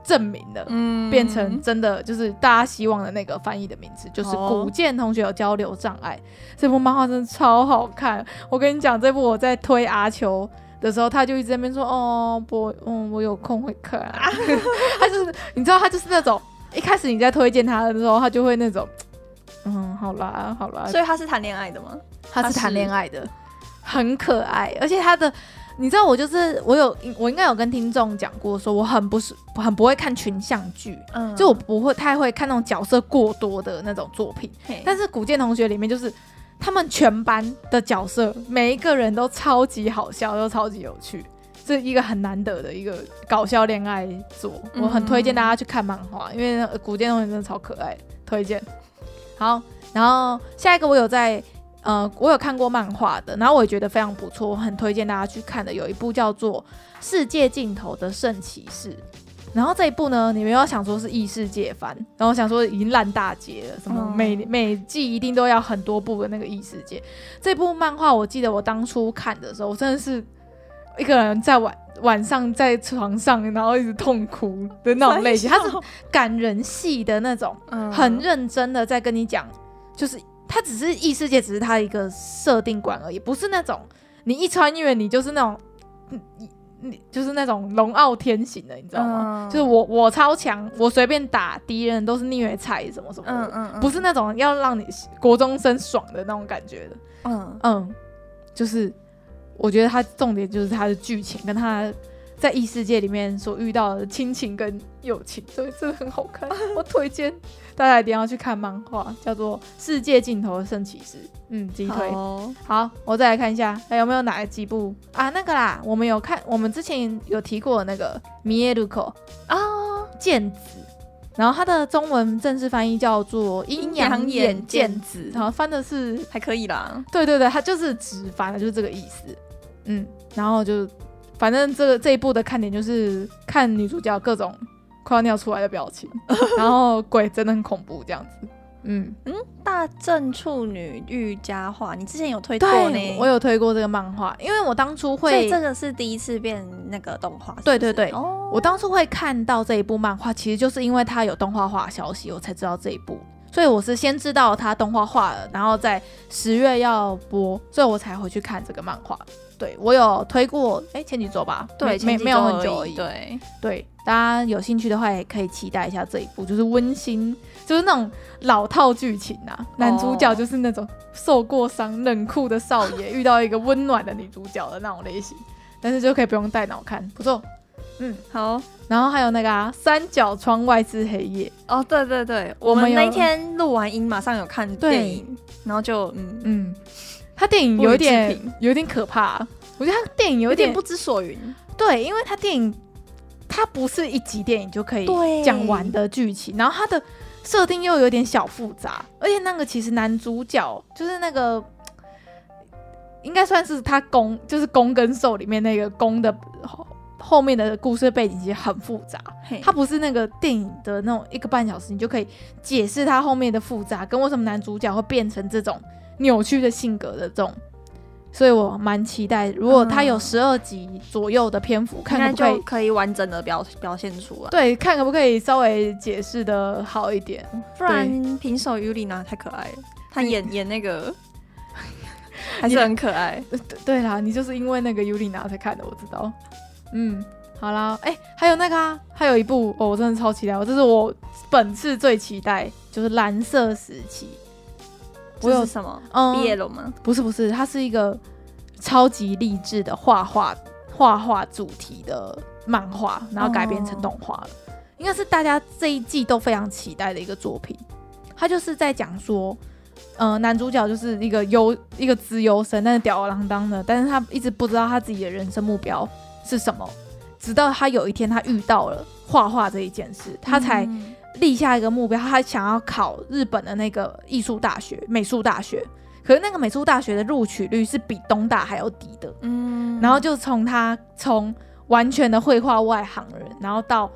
Speaker 1: 证明了，
Speaker 2: 嗯
Speaker 1: 变成真的就是大家希望的那个翻译的名字，就是
Speaker 2: 哦
Speaker 1: 古剑同学有交流障碍。这部漫画真的超好看，我跟你讲，这部我在推阿球的时候，他就一直在那边说：“哦，我嗯，我有空会看、 [laughs] 啊。”他就是你知道，他就是那种一开始你在推荐他的时候，他就会那种嗯，好啦好啦，
Speaker 2: 所以他是谈恋爱的吗？
Speaker 1: 他
Speaker 3: 他
Speaker 1: 是
Speaker 3: 是
Speaker 1: 谈恋爱的，很可爱，而且他的，你知道我就是我有我应该有跟听众讲过，说我很不是很不会看群像剧，
Speaker 2: 嗯
Speaker 1: 就我不会太会看那种角色过多的那种作品。但是古剑同学里面就是他们全班的角色，每一个人都超级好笑，又超级有趣。是一个很难得的一个搞笑恋爱作，我很推荐大家去看漫画，因为古剑同学真的超可爱，推荐。好，然后下一个我有在呃，我有看过漫画的，然后我也觉得非常不错，我很推荐大家去看的。有一部叫做《世界尽头的圣骑士》，然后这一部呢，你们要想说是异世界番，然后想说已经烂大街了，什么
Speaker 2: 嗯
Speaker 1: 每、每季一定都要很多部的那个异世界。这部漫画我记得我当初看的时候，我真的是一个人在晚晚上在床上，然后一直痛哭的那种类型，它是感人系的那种。
Speaker 2: 嗯
Speaker 1: 很认真的在跟你讲，就是它只是异世界，只是它一个设定馆而已，不是那种你一穿越你就是那种，嗯你你就是那种龙傲天型的，你知道吗？
Speaker 2: 嗯
Speaker 1: 就是我我超强，我随便打敌人都是虐菜什么什么的，
Speaker 2: 嗯嗯
Speaker 1: 不是那种要让你国中生爽的那种感觉的。
Speaker 2: 嗯
Speaker 1: 嗯，就是我觉得它重点就是它的剧情跟它在异世界里面所遇到的亲情跟友情，所以真的很好看， [laughs] 我推荐大家一定要去看漫画，叫做《世界尽头的圣骑士》，嗯，极推。
Speaker 3: 好
Speaker 1: 好，我再来看一下，还有没有哪几部啊？那个啦，我们有看，我们之前有提过那个《米耶鲁口
Speaker 2: 哦，》
Speaker 1: 剑子，然后它的中文正式翻译叫做《阴阳眼剑子》，然后翻的是
Speaker 2: 还可以啦。
Speaker 1: 对对对，他就是直翻，就是这个意思。嗯，然后就反正这个这一部的看点就是看女主角各种快要尿出来的表情， [laughs] 然后鬼真的很恐怖这样子。嗯，
Speaker 2: 大正处女玉佳话，你之前有推过
Speaker 1: 对
Speaker 2: 呢，，
Speaker 1: 我有推过这个漫画，因为我当初
Speaker 2: 所以
Speaker 1: 会
Speaker 2: 这个是第一次变那个动画，是不
Speaker 1: 对
Speaker 2: 是
Speaker 1: 对对
Speaker 2: 哦，
Speaker 1: 我当初会看到这一部漫画，其实就是因为它有动画化的消息，我才知道这一部。所以我是先知道它动画化了，然后在十月要播，所以我才回去看这个漫画。对我有推过，哎、前几周吧，
Speaker 2: 对
Speaker 1: 没
Speaker 2: 前几
Speaker 1: 没有
Speaker 2: 周
Speaker 1: 很久
Speaker 2: 而已对，
Speaker 1: 对，大家有兴趣的话，也可以期待一下这一部，就是温馨，就是那种老套剧情
Speaker 2: 哦
Speaker 1: 啊。男主角就是那种受过伤、冷酷的少
Speaker 2: [laughs]
Speaker 1: 爷遇到一个温暖的女主角的那种类型，但是就可以不用带脑看，不错。
Speaker 2: 好
Speaker 1: 然后还有那个啊，三角窗外之黑夜，
Speaker 2: 哦，对对对，
Speaker 1: 我
Speaker 2: 我
Speaker 1: 们
Speaker 2: 们
Speaker 1: 有
Speaker 2: 那天录完音，马上有看
Speaker 1: 对
Speaker 2: 电影，然后就嗯，
Speaker 1: 嗯，他电影有一
Speaker 2: 不予
Speaker 1: 点
Speaker 2: 置评
Speaker 1: 有一点可怕、啊我觉得他电影有
Speaker 2: 有
Speaker 1: 一点
Speaker 2: 点不知所云，
Speaker 1: 对，因为它电影它不是一集电影就可以
Speaker 2: 对
Speaker 1: 讲完的剧情，然后它的设定又有点小复杂，而且那个其实男主角就是那个。应该算是他公，就是公跟受里面那个公的后后面的故事背景其实很复杂，
Speaker 2: 嘿
Speaker 1: 它不是那个电影的那种一个半小时，你就可以解释它后面的复杂，跟为什么男主角会变成这种扭曲的性格的这种。所以我蛮期待，如果它有
Speaker 2: 嗯
Speaker 1: 十二集左右的篇幅，
Speaker 2: 应
Speaker 1: 看
Speaker 2: 该
Speaker 1: 可不可
Speaker 2: 就
Speaker 1: 以
Speaker 2: 可以完整的表表现出来，
Speaker 1: 对，看可不可以稍微解释的好一点。
Speaker 2: 不然平手尤里娜太可爱了，她
Speaker 1: 嗯
Speaker 2: 演演
Speaker 1: [laughs]
Speaker 2: 那个还是很可爱，
Speaker 1: 呃对对啦，你就是因为那个尤里娜才看的，我知道。嗯，好啦，哎、还有那个啊，还有一部哦，我真的超期待，我这是我本次最期待，就是《蓝色时期》。我
Speaker 2: 这
Speaker 1: 有
Speaker 2: 是什么
Speaker 1: 嗯
Speaker 2: 毕业了吗？
Speaker 1: 不是不是，它是一个超级励志的画画画画主题的漫画，然后改编成动画了，应该是大家这一季都非常期待的一个作品。它就是在讲说，呃，男主角就是一个优一个资优生，但是吊儿郎当的，但是他一直不知道他自己的人生目标是什么，直到他有一天他遇到了画画这一件事，他才
Speaker 2: 嗯
Speaker 1: 立下一个目标，他想要考日本的那个艺术大学、美术大学。可是那个美术大学的录取率是比东大还要低的，
Speaker 2: 嗯
Speaker 1: 然后就从他从完全的绘画外行人，然后到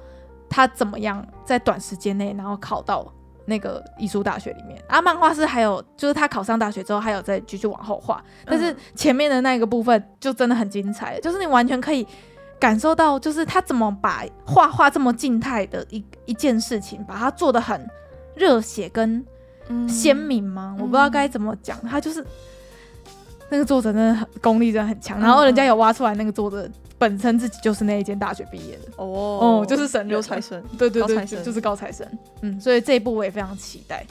Speaker 1: 他怎么样在短时间内，然后考到那个艺术大学里面啊。漫画是还有就是他考上大学之后，还有再继续往后画，但是前面的那个部分就真的很精彩，就是你完全可以感受到，就是他怎么把画画这么静态的一一件事情，把它做的很热血跟
Speaker 2: 嗯
Speaker 1: 嗯鲜明吗？我不知道该怎么讲，他就是 [laughs] 那个作者真的很功力真的很强，然后
Speaker 2: 嗯
Speaker 1: 人家有挖出来那个作者本身自己就是那一间大学毕业的，
Speaker 2: 哦
Speaker 1: 哦就是神人
Speaker 2: 刘财神，
Speaker 1: 对对
Speaker 2: 高
Speaker 1: 对，
Speaker 2: 材
Speaker 1: 就
Speaker 2: 生
Speaker 1: 就是高材生，嗯，所以这一部我也非常期待。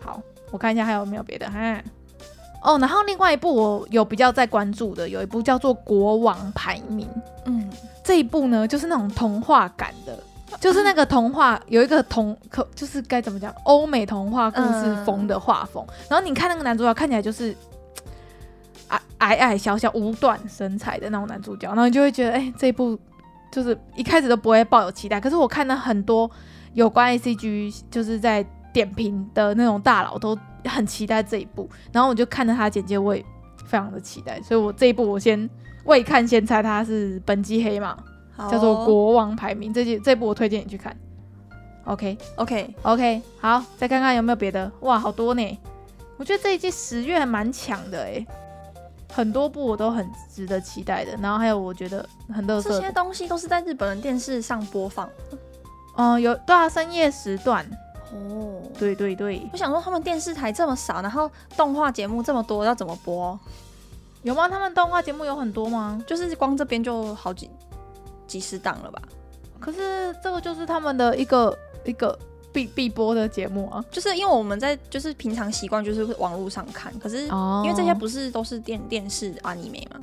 Speaker 1: 好，我看一下还有没有别的，哈。哦，然后另外一部我有比较在关注的，有一部叫做《国王排名》，
Speaker 2: 嗯，
Speaker 1: 这一部呢，就是那种童话感的，就是那个童话有一个童可就是该怎么讲，欧美童话故事风的画风。然后你看那个男主角看起来就是嘖矮矮矮小小五短身材的那种男主角，然后你就会觉得，哎、这一部就是一开始都不会抱有期待。可是我看到很多有关 A C G 就是在点评的那种大佬都很期待这一部，然后我就看到他简介，我也非常的期待，所以我这一部我先。未看先猜，它是本季黑马，
Speaker 2: 好哦
Speaker 1: 叫做《国王排名》这季这部我推荐你去看。OK
Speaker 2: OK，
Speaker 1: OK，好，再看看有没有别的。哇，好多呢！我觉得这一季十月还蛮强的诶，很多部我都很值得期待的。然后还有我觉得很乐
Speaker 2: 这
Speaker 1: 色
Speaker 2: 些，东西都是在日本的电视上播放。
Speaker 1: 嗯、有对啊，深夜时段，
Speaker 2: 哦，
Speaker 1: 对对对，
Speaker 2: 我想说他们电视台这么少，然后动画节目这么多，要怎么播？
Speaker 1: 有吗？他们动画节目有很多吗？
Speaker 2: 就是光这边就好几几十档了吧？
Speaker 1: 可是这个就是他们的一个一个必必播的节目啊。
Speaker 2: 就是因为我们在就是平常习惯就是网络上看，可是
Speaker 1: 哦
Speaker 2: 嗯因为这些不是都是电电视 anime 吗？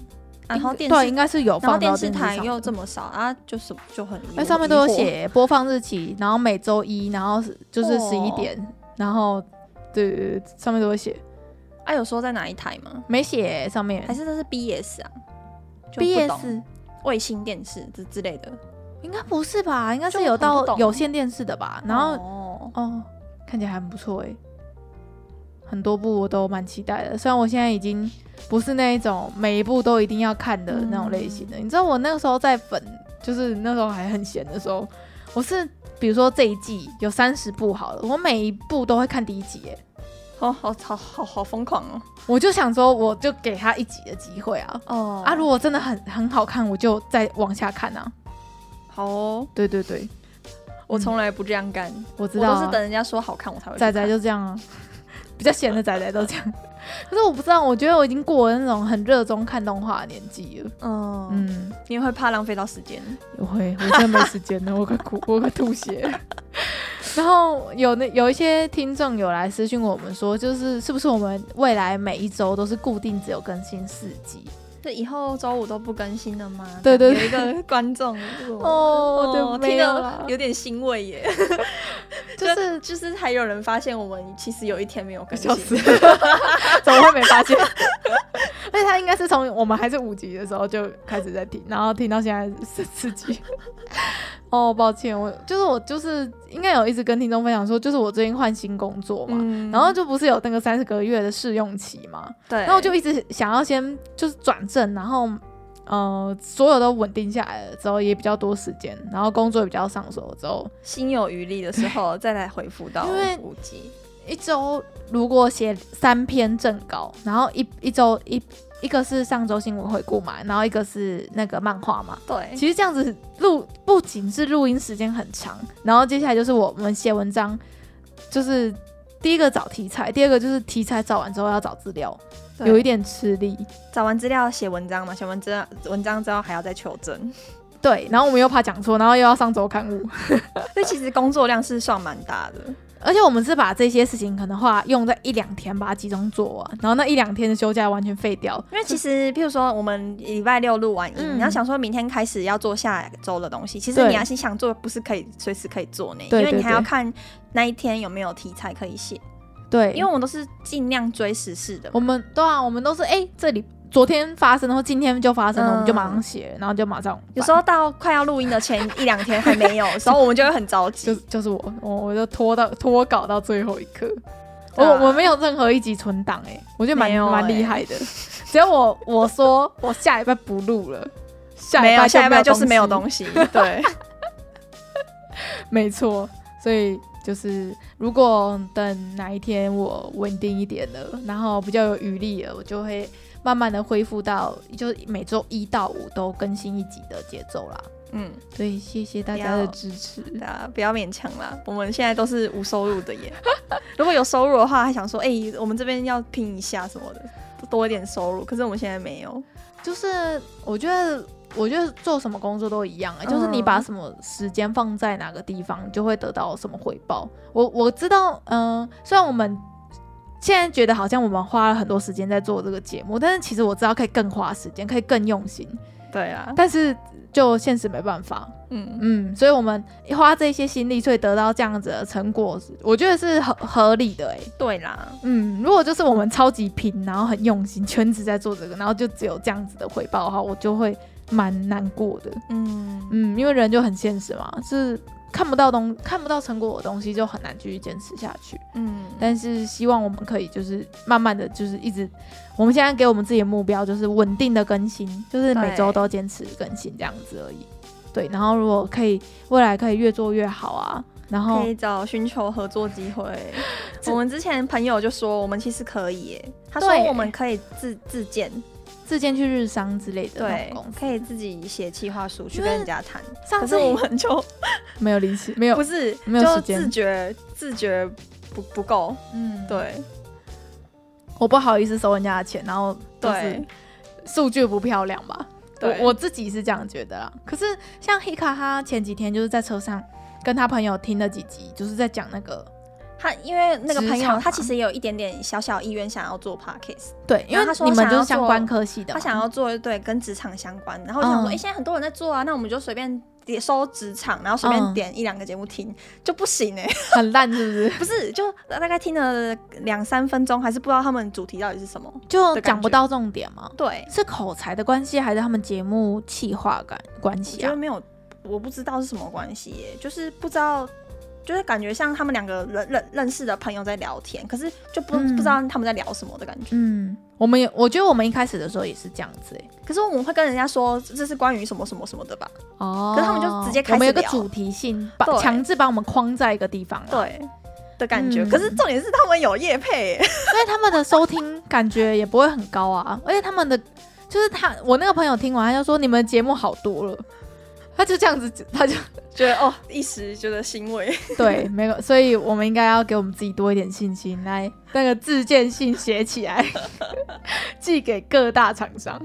Speaker 2: 啊然后电
Speaker 1: 对，
Speaker 2: 视
Speaker 1: 应该是有
Speaker 2: 然后
Speaker 1: 放
Speaker 2: 电
Speaker 1: 到
Speaker 2: 视
Speaker 1: 视
Speaker 2: 台又
Speaker 1: 这
Speaker 2: 这么少啊，就是就很
Speaker 1: 那上面都有
Speaker 2: 疑惑
Speaker 1: 写播放日期，然后每周一，然后是就是
Speaker 2: 哦
Speaker 1: 十一点，然后对对对，上面都有写，
Speaker 2: 啊，有说在哪一台吗？
Speaker 1: 没写欸上面
Speaker 2: 还是这是 BS 啊就不懂
Speaker 1: BS
Speaker 2: 卫星电视之之类的。
Speaker 1: 应该不是吧？应该
Speaker 2: 就是
Speaker 1: 有
Speaker 2: 很不
Speaker 1: 到
Speaker 2: 懂
Speaker 1: 有线电视的吧？然后
Speaker 2: 哦，
Speaker 1: 哦，看起来还不错哎，很多部我都蛮期待的。虽然我现在已经不是那一种每一部都一定要看的那种类型的，
Speaker 2: 嗯
Speaker 1: 你知道我那个时候在粉，就是那时候还很闲的时候，我是比如说这一季有三十部好了，我每一部都会看第一集哎。
Speaker 2: 好好好好好疯狂哦！
Speaker 1: 我就想说，我就给他一集的机会啊。
Speaker 2: 哦
Speaker 1: 啊，如果真的很很好看，我就再往下看啊。
Speaker 2: 好哦，
Speaker 1: 对对对，嗯
Speaker 2: 我从来不这样干，
Speaker 1: 我知
Speaker 2: 我
Speaker 1: 道、
Speaker 2: 都
Speaker 1: 啊。
Speaker 2: 是等人家说好看我才会去
Speaker 1: 仔仔
Speaker 2: 看
Speaker 1: 就这样啊， [laughs] 比较闲的仔仔都这样。 [laughs] 可是我不知道，我觉得我已经过了那种很热衷看动画的年纪了。
Speaker 2: 嗯，
Speaker 1: 嗯，
Speaker 2: 你会怕浪费到时间
Speaker 1: 我会，我真的没时间了，我快哭， [laughs] 我快吐血了。然后有那有一些听众有来私信我们说，就是是不是我们未来每一周都是固定只有更新四集？
Speaker 2: 这以后周五都不更新了吗？
Speaker 1: 对对
Speaker 2: 有一 [laughs] 个观众哦，
Speaker 1: 哦，
Speaker 2: 我
Speaker 1: 对，没
Speaker 2: 听
Speaker 1: 有啦
Speaker 2: 得有点欣慰
Speaker 1: [laughs]
Speaker 2: 耶，
Speaker 1: 就是
Speaker 2: 就是还有人发现我们其实有一天没有更
Speaker 1: 笑死
Speaker 2: 新， [laughs]
Speaker 1: 了，怎么会没发现？而且他应该是从我们还是五级的时候就开始在听，然后听到现在是四
Speaker 2: [laughs]
Speaker 1: 级。哦，抱歉，我就是我就是应该有一直跟听众分享说，就是我最近换新工作嘛，
Speaker 2: 嗯
Speaker 1: 然后就不是有那个三十个月的试用期嘛，
Speaker 2: 对，
Speaker 1: 然后我就一直想要先就是转正，然后呃所有都稳定下来了之后也比较多时间，然后工作也比较上手之后，
Speaker 2: 心有余力的时候再来回复到
Speaker 1: 因为
Speaker 2: 五集，
Speaker 1: 一周如果写三篇正稿，然后一一周一一个是上周新闻回顾嘛，然后一个是那个漫画嘛。
Speaker 2: 对，
Speaker 1: 其实这样子录不仅是录音时间很长，然后接下来就是我们写文章，就是第一个找题材，第二个就是题材找完之后要找资料，
Speaker 2: 对
Speaker 1: 有一点吃力。
Speaker 2: 找完资料写文章嘛，写完资料文章之后还要再求
Speaker 1: [laughs]
Speaker 2: 证，
Speaker 1: 对，然后我们又怕讲错，然后又要上周刊物，
Speaker 2: 所以其实工作量是算蛮大的。
Speaker 1: 而且我们是把这些事情可能话用在一两天把它集中做完，然后那一两天的休假完全废掉，
Speaker 2: 因为其实，譬如说，我们礼拜六录完音，
Speaker 1: 嗯
Speaker 2: 你要想说明天开始要做下周的东西，其实
Speaker 1: 对
Speaker 2: 你要是想做，不是可以随时可以做呢，
Speaker 1: 对
Speaker 2: 因为
Speaker 1: 对
Speaker 2: 你还要
Speaker 1: 对
Speaker 2: 看那一天有没有题材可以写。
Speaker 1: 对，
Speaker 2: 因为我们都是尽量追时事的嘛，
Speaker 1: 我们对啊，我们都是哎、诶这里昨天发生的或今天就发生了，
Speaker 2: 嗯
Speaker 1: 我们就马上写，然后就马上发。
Speaker 2: 有时候到快要录音的前一两天还没有，时候我们就会很着急。
Speaker 1: 就就是我，我我就拖到拖稿到最后一刻。我
Speaker 2: 对啊
Speaker 1: 我没有任何一集存档哎、我觉得蛮
Speaker 2: 没有
Speaker 1: 蛮厉
Speaker 2: 欸
Speaker 1: 害的。只要我我说我下礼拜不录了，下
Speaker 2: 没
Speaker 1: 礼拜
Speaker 2: 有，下一拜就是没有
Speaker 1: 西，
Speaker 2: 东西。对，
Speaker 1: 没错。所以就是如果等哪一天我稳定一点了，然后比较有余力了，我就会慢慢的恢复到就是每周一到五都更新一集的节奏啦。
Speaker 2: 嗯，
Speaker 1: 所以谢谢大家
Speaker 2: 家
Speaker 1: 的
Speaker 2: 的
Speaker 1: 支持。
Speaker 2: 大家不要勉强啦，我们现在都 [laughs] 是无收入的耶。如果有收入的话，还想说，哎、我们这边要拼一下什么的，多一点收入，可是我们现在没有。
Speaker 1: 就是我觉得，我觉得做什么工作都一样、欸，就是你把什么时间放在哪个地方，你就会得到什么回报。我我知道，嗯、虽然我们现在觉得好像我们花了很多时间在做这个节目，但是其实我知道可以更花时间，可以更用心，
Speaker 2: 对啊，
Speaker 1: 但是就现实没办法，
Speaker 2: 嗯，
Speaker 1: 嗯，所以我们花这些心力，所以得到这样子的成果，我觉得是合合理的、欸，
Speaker 2: 对啦，
Speaker 1: 嗯，如果就是我们超级拼，然后很用心，全职在做这个，然后就只有这样子的回报的话，我就会蛮难过的。
Speaker 2: 嗯
Speaker 1: 嗯，因为人就很现实嘛，是看不到东看不到成果的东西，就很难继续坚持下去。
Speaker 2: 嗯，
Speaker 1: 但是希望我们可以就是慢慢的就是一直，我们现在给我们自己的目标就是稳定的更新，就是每周
Speaker 2: 对
Speaker 1: 都坚持更新这样子而已。对，然后如果可以，未来可以越做越好啊。然后
Speaker 2: 可以找寻求合作机会。
Speaker 1: 这
Speaker 2: 我们之前朋友就说，我们其实可以耶，他说
Speaker 1: 对耶
Speaker 2: 我们可以自自荐，
Speaker 1: 自荐去日商之类的那
Speaker 2: 对
Speaker 1: 种公，司，
Speaker 2: 可以自己写企划书去
Speaker 1: 因
Speaker 2: 跟
Speaker 1: 为
Speaker 2: 人家谈。
Speaker 1: 上
Speaker 2: 可
Speaker 1: 次
Speaker 2: 是我们就
Speaker 1: 没有力气，没有
Speaker 2: 不是，
Speaker 1: 没有时
Speaker 2: 就
Speaker 1: 间
Speaker 2: 自觉自觉不不够，
Speaker 1: 嗯，
Speaker 2: 对
Speaker 1: 我不好意思收人家的钱，然后就是
Speaker 2: 对
Speaker 1: 数据不漂亮吧？
Speaker 2: 对
Speaker 1: 我我自己是这样觉得啦。可是像 Hika 他前几天就是在车上跟他朋友听了几集，就是在讲那个
Speaker 2: 他，因为那个
Speaker 1: 职
Speaker 2: 朋友
Speaker 1: 场
Speaker 2: 他
Speaker 1: 嘛
Speaker 2: 其实也有一点点小小意愿想要做 podcast，
Speaker 1: 对，因为
Speaker 2: 然后他说
Speaker 1: 你们
Speaker 2: 想
Speaker 1: 就
Speaker 2: 要
Speaker 1: 是相关
Speaker 2: 做
Speaker 1: 科系的嘛，
Speaker 2: 他想要做对跟职场相关，然后我想说，
Speaker 1: 啊嗯
Speaker 2: 哎、现在很多人在做啊，那我们就随便点搜职场，然后随
Speaker 1: 嗯
Speaker 2: 便点一两个节目听、就不行哎、
Speaker 1: 很烂，是不是？
Speaker 2: [laughs] 不是，就大概听了两三分钟，还是不知道他们主题到底是什么。
Speaker 1: 就
Speaker 2: 的感
Speaker 1: 讲不
Speaker 2: 觉
Speaker 1: 到重点嘛？
Speaker 2: 对，
Speaker 1: 是口才的关系，还是他们节目企划感关
Speaker 2: 我
Speaker 1: 系
Speaker 2: 觉
Speaker 1: 啊
Speaker 2: 得？没有，我不知道是什么关系耶，就是不知道，就是感觉像他们两个人认认识的朋友在聊天，可是就不、
Speaker 1: 嗯
Speaker 2: 不知道他们在聊什么的感觉。
Speaker 1: 嗯，我们也我觉得我们一开始的时候也是这样子、欸，
Speaker 2: 可是我们会跟人家说这是关于什么什么什么的吧？
Speaker 1: 哦
Speaker 2: 可是他们就直接开始
Speaker 1: 我们有个
Speaker 2: 聊
Speaker 1: 主题性，把
Speaker 2: 对
Speaker 1: 强制把我们框在一个地方啊了。
Speaker 2: 对。的感觉，
Speaker 1: 嗯
Speaker 2: 可是重点是他们有业配耶，
Speaker 1: 所以他们的收听感觉也不会很高啊，而且他们的就是他，我那个朋友听完他就说你们的节目好多了，他就这样子，他就
Speaker 2: 觉得哦，一时觉得欣慰。
Speaker 1: [laughs] 对没有，所以我们应该要给我们自己多一点信心，来那个自荐信写起来， [laughs] 寄给各大厂商，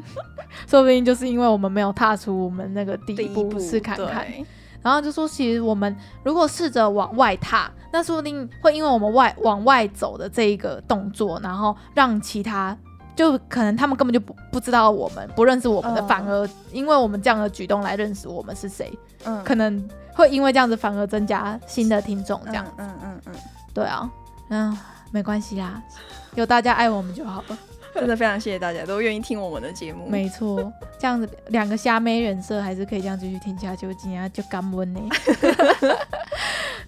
Speaker 1: 说不定就是因为我们没有踏出我们那个第一步试看看，
Speaker 2: 对
Speaker 1: 然后就说，其实我们如果试着往外踏，那说不定会因为我们外往外走的这一个动作，然后让其他就可能他们根本就不不知道我们不认识我们的，
Speaker 2: 嗯
Speaker 1: 反而因为我们这样的举动来认识我们是谁，
Speaker 2: 嗯，
Speaker 1: 可能会因为这样子反而增加新的听众。这样，
Speaker 2: 嗯嗯嗯嗯，
Speaker 1: 对啊，嗯，没关系啦，有大家爱我们就好了。
Speaker 2: 真的非常谢谢大家都愿意听我们的节目，
Speaker 1: 没错，这样子两个虾妹人设还是可以这样继续听下去，我今天就干温呢。 [laughs]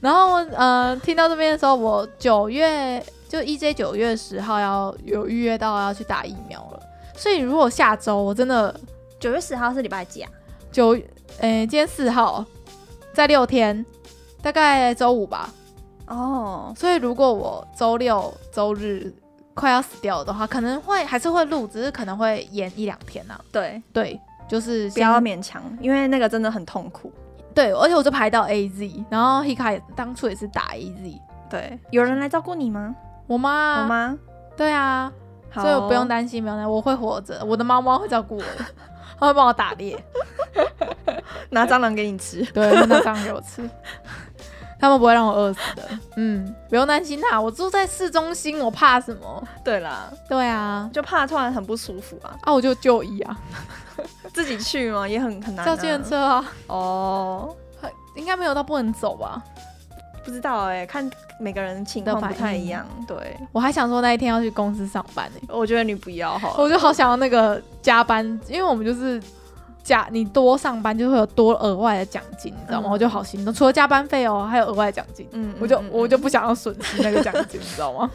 Speaker 1: 然后呃，听到这边的时候，我九月就 EJ 九月十号要有预约到要去打疫苗了，所以如果下周我真的
Speaker 2: 九月十号是礼拜几啊？
Speaker 1: 九，诶、今天四号，在六天，大概周五吧。
Speaker 2: 哦，
Speaker 1: 所以如果我周六周日快要死掉的话，可能会还是会录，只是可能会延一两天呐、啊。
Speaker 2: 对，
Speaker 1: 对，就是
Speaker 2: 不
Speaker 1: 先
Speaker 2: 要勉强，因为那个真的很痛苦。
Speaker 1: 对，而且我就排到 A Z，然后 Hika 也当初也是打 A Z，
Speaker 2: 对，有人来照顾你吗？
Speaker 1: 我妈啊，
Speaker 2: 我吗？
Speaker 1: 对啊，
Speaker 2: 好哦
Speaker 1: 所以我不用
Speaker 2: [laughs]
Speaker 1: 担心，不用担心，我会活着，我的猫猫会照顾我的，它会帮我打猎，
Speaker 2: 拿蟑螂给你吃。
Speaker 1: 对，会拿蟑螂给我吃，他们不会让我饿死的，嗯，不用担心啦、我住在市中心，我怕什么？
Speaker 2: [laughs] 对啦，
Speaker 1: 对啊，
Speaker 2: 就怕突然很不舒服啊，
Speaker 1: 啊，我就就医啊，
Speaker 2: 自己去嘛也很很难、
Speaker 1: 叫
Speaker 2: 啊。
Speaker 1: 计程车啊，
Speaker 2: 哦，
Speaker 1: 应该没有到不能走吧？
Speaker 2: 不知道哎、看每个人情况不太一样。对，
Speaker 1: 我还想说那一天要去公司上班呢、欸
Speaker 2: 我觉得你不要好了。
Speaker 1: 我就好想要那个加班，因为我们就是加你多上班就会有多额外的奖金，你知道吗？
Speaker 2: 嗯
Speaker 1: 我就好心动，除了加班费哦，还有额外奖金，
Speaker 2: 嗯
Speaker 1: 我就
Speaker 2: 嗯嗯
Speaker 1: 我就不想要损失那个奖金，你知道
Speaker 2: [laughs]
Speaker 1: 吗？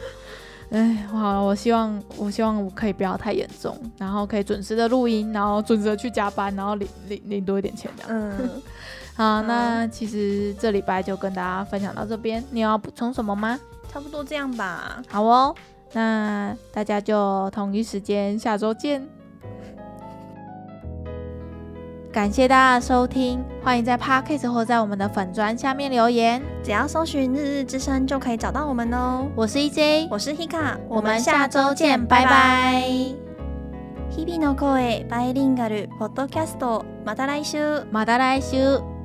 Speaker 1: 哎，好了，我希望我希望我可以不要太严重，然后可以准时的录音，然后准时的去加班，然后领领领多一点钱这样。
Speaker 2: 嗯， [laughs]
Speaker 1: 好，那其实这礼拜就跟大家分享到这边，你有要补充什么吗？
Speaker 2: 差不多这样吧。
Speaker 1: 好哦，那大家就同一时间下周见。感谢大家的收听，欢迎在 Podcast 或在我们的粉砖下面留言。
Speaker 2: 只要搜寻“日日之声”就可以找到我们哦。
Speaker 1: E 我是 EJ，
Speaker 2: 我是 Hika，
Speaker 1: 我们下周见，拜拜
Speaker 2: 日々の声バイリンガルポッドキャストまた来週
Speaker 1: 马达来修。